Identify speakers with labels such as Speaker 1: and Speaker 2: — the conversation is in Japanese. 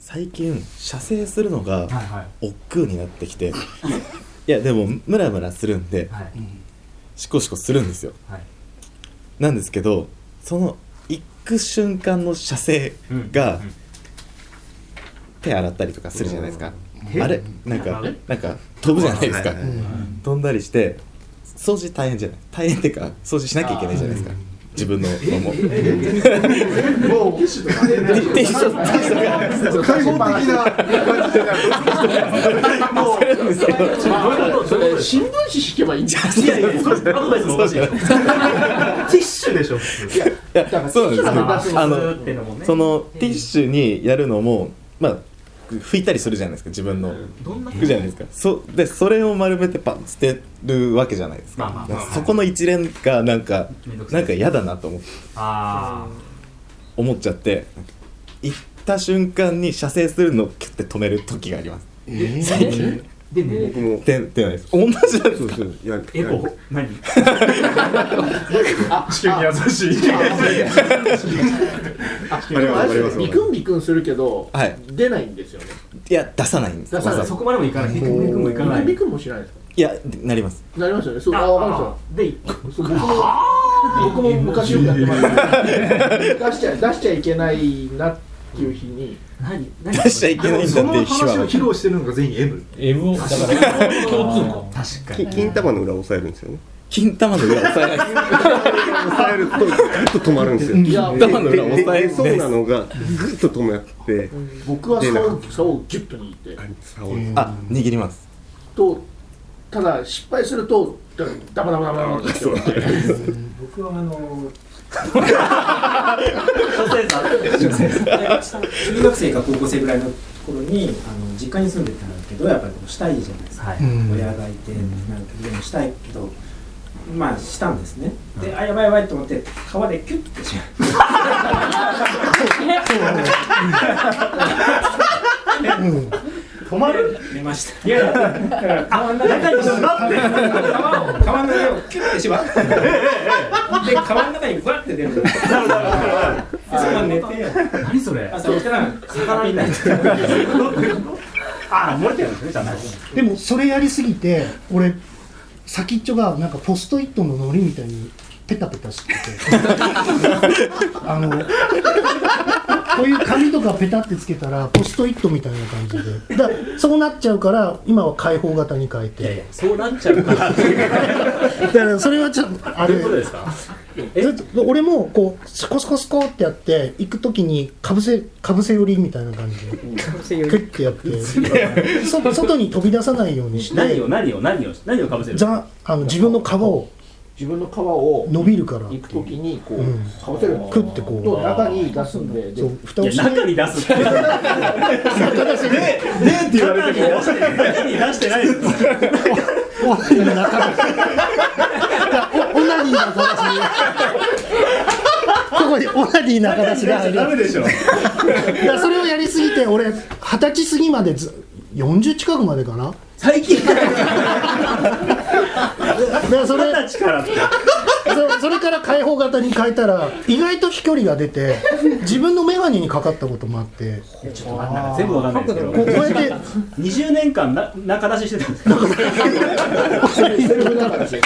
Speaker 1: 最近射精するのが
Speaker 2: はいはい
Speaker 1: 億劫になってきていやでもムラムラするんで
Speaker 2: はい
Speaker 1: シコシコするんですよ
Speaker 2: はい
Speaker 1: なんですけどその行く瞬間の射精が手洗ったりとかするじゃないですか、
Speaker 2: うん
Speaker 1: あれ
Speaker 2: うん
Speaker 1: なんか
Speaker 2: あれ
Speaker 1: なんか飛ぶじゃないですか、
Speaker 3: はいはいはい
Speaker 2: うん
Speaker 1: 飛んだりして掃除大変じゃない大変っていうか掃除しなきゃいけないじゃないですか自分ののもティ
Speaker 3: もうティッシュとかね
Speaker 1: ティッシュティッシュとか
Speaker 3: 開放的な感じで
Speaker 1: するんですけど
Speaker 4: それ新聞紙引けばいいんじゃない
Speaker 2: いやいやそれアドバイスもおかしいでしょティッシュでしょ普通
Speaker 1: いやそうなんですけどあの
Speaker 2: ってのもね
Speaker 1: そのティッシュにやるのもまあ拭いたりするじゃないですか自分の
Speaker 2: どんな
Speaker 1: 拭くじゃないですかそでそれを丸めてパン捨てるわけじゃないですか
Speaker 2: まあまあまあまあ
Speaker 1: そこの一連がなんか
Speaker 2: めんどくさい
Speaker 1: なんか嫌だなと思っ
Speaker 2: あ
Speaker 1: 思っちゃって行った瞬間に射精するのをキュッて止める時があります最近
Speaker 2: ーでね
Speaker 3: 僕も
Speaker 1: ででないです同じなんです
Speaker 3: そうそうや
Speaker 2: エコ何
Speaker 5: 地球に優しい
Speaker 3: あれはわかります
Speaker 4: ビクンビクンするけど
Speaker 1: はい
Speaker 4: 出ないんですよね
Speaker 1: いや出さないんです
Speaker 4: 出さな
Speaker 1: わ
Speaker 4: い
Speaker 1: ざ
Speaker 2: そ
Speaker 1: と
Speaker 2: こまでもいかないビクビクもい
Speaker 4: ビ
Speaker 2: か
Speaker 4: ク
Speaker 2: な
Speaker 4: ン
Speaker 2: い
Speaker 4: ビクンもしないですか
Speaker 1: いやなります
Speaker 4: なりますよねそうあわかりま
Speaker 2: あーで
Speaker 4: した僕も僕も昔よくやってました出しちゃ出しちゃいけないなっていう日に
Speaker 2: 何
Speaker 1: 出
Speaker 2: 何
Speaker 1: しちゃいけないんだっていう日は
Speaker 5: 露してるのが全員 M
Speaker 6: M をだから共通項
Speaker 2: 確か
Speaker 3: き
Speaker 2: に
Speaker 3: 金玉の裏を押さえるんですよね
Speaker 1: 金玉の裏押さえないです
Speaker 3: 押さえるとグッと止まるんですよ
Speaker 4: いや
Speaker 1: 金玉の裏
Speaker 3: で
Speaker 1: 押さえる
Speaker 3: でで
Speaker 1: ん
Speaker 3: そう
Speaker 1: です
Speaker 3: なのがグッと止まって
Speaker 4: 僕は竿を竿をギュッと握って
Speaker 3: さおる
Speaker 1: あ握ります
Speaker 4: とただ失敗するとダバダバダバダバって
Speaker 3: そう
Speaker 5: 僕はあの
Speaker 2: 小生さん
Speaker 7: 中学生か高校生ぐらいの頃にあの実家に住んでたんだけどやっぱりこうしたいじゃないですか、
Speaker 2: はい
Speaker 7: 親がいてなんかでもしたいけどまあしたんですね、であやばいやばいと思って川でキュッてしまう
Speaker 2: 止まる
Speaker 7: 寝ました
Speaker 2: いやあ中になって
Speaker 7: 川を川の上をキュッてしまってで川の中にバッて出るんですそこまで寝て
Speaker 2: 何それ
Speaker 7: 朝起きたら魚みたいな
Speaker 2: ああ漏れてるんですねちゃんと
Speaker 8: でもそれやりすぎて俺先っちょがなんかポストイットの糊みたいにペタペタしてて あのこういう紙とかペタってつけたらポストイットみたいな感じでだからそうなっちゃうから今は開放型に変えて
Speaker 2: いやいやそうなっちゃうから
Speaker 8: だからそれはちょっとあ
Speaker 2: どう
Speaker 8: れ
Speaker 2: いうことですか
Speaker 8: ずっと俺もこうスコスコスコってやって行く時にかぶせかぶせ寄りみたいな感じでクッて やってそ外に飛び出さないようにして
Speaker 2: 何を何を何を何をかぶせる
Speaker 8: ざあの自分の皮を
Speaker 4: 自分の皮を
Speaker 8: 伸びるから
Speaker 4: 行くときにこ
Speaker 8: うん
Speaker 4: うかぶせるんです
Speaker 8: クッてこう
Speaker 4: と中に出すんでで
Speaker 8: そう蓋
Speaker 2: い
Speaker 8: を
Speaker 2: や
Speaker 8: して
Speaker 2: 中に出すって
Speaker 8: 中出せる
Speaker 2: でって言われても中に出してないです
Speaker 8: オナニー中出せるいやおオナニー中出しここにオナニー中出しが入る
Speaker 2: ダメでしょ
Speaker 8: いやそれをやりすぎて俺二十歳過ぎまでず40近くまでかな
Speaker 2: 最近
Speaker 8: だからそれ
Speaker 2: 二十歳からって
Speaker 8: そそれから開放型に変えたら意外と飛距離が出て自分の眼鏡にかかったこともあって
Speaker 2: ちょっとわかんない全部わかんないですけ
Speaker 8: こうこう
Speaker 2: ど
Speaker 8: やって
Speaker 2: 20年間 な中出ししてたんです
Speaker 8: セルフ中出し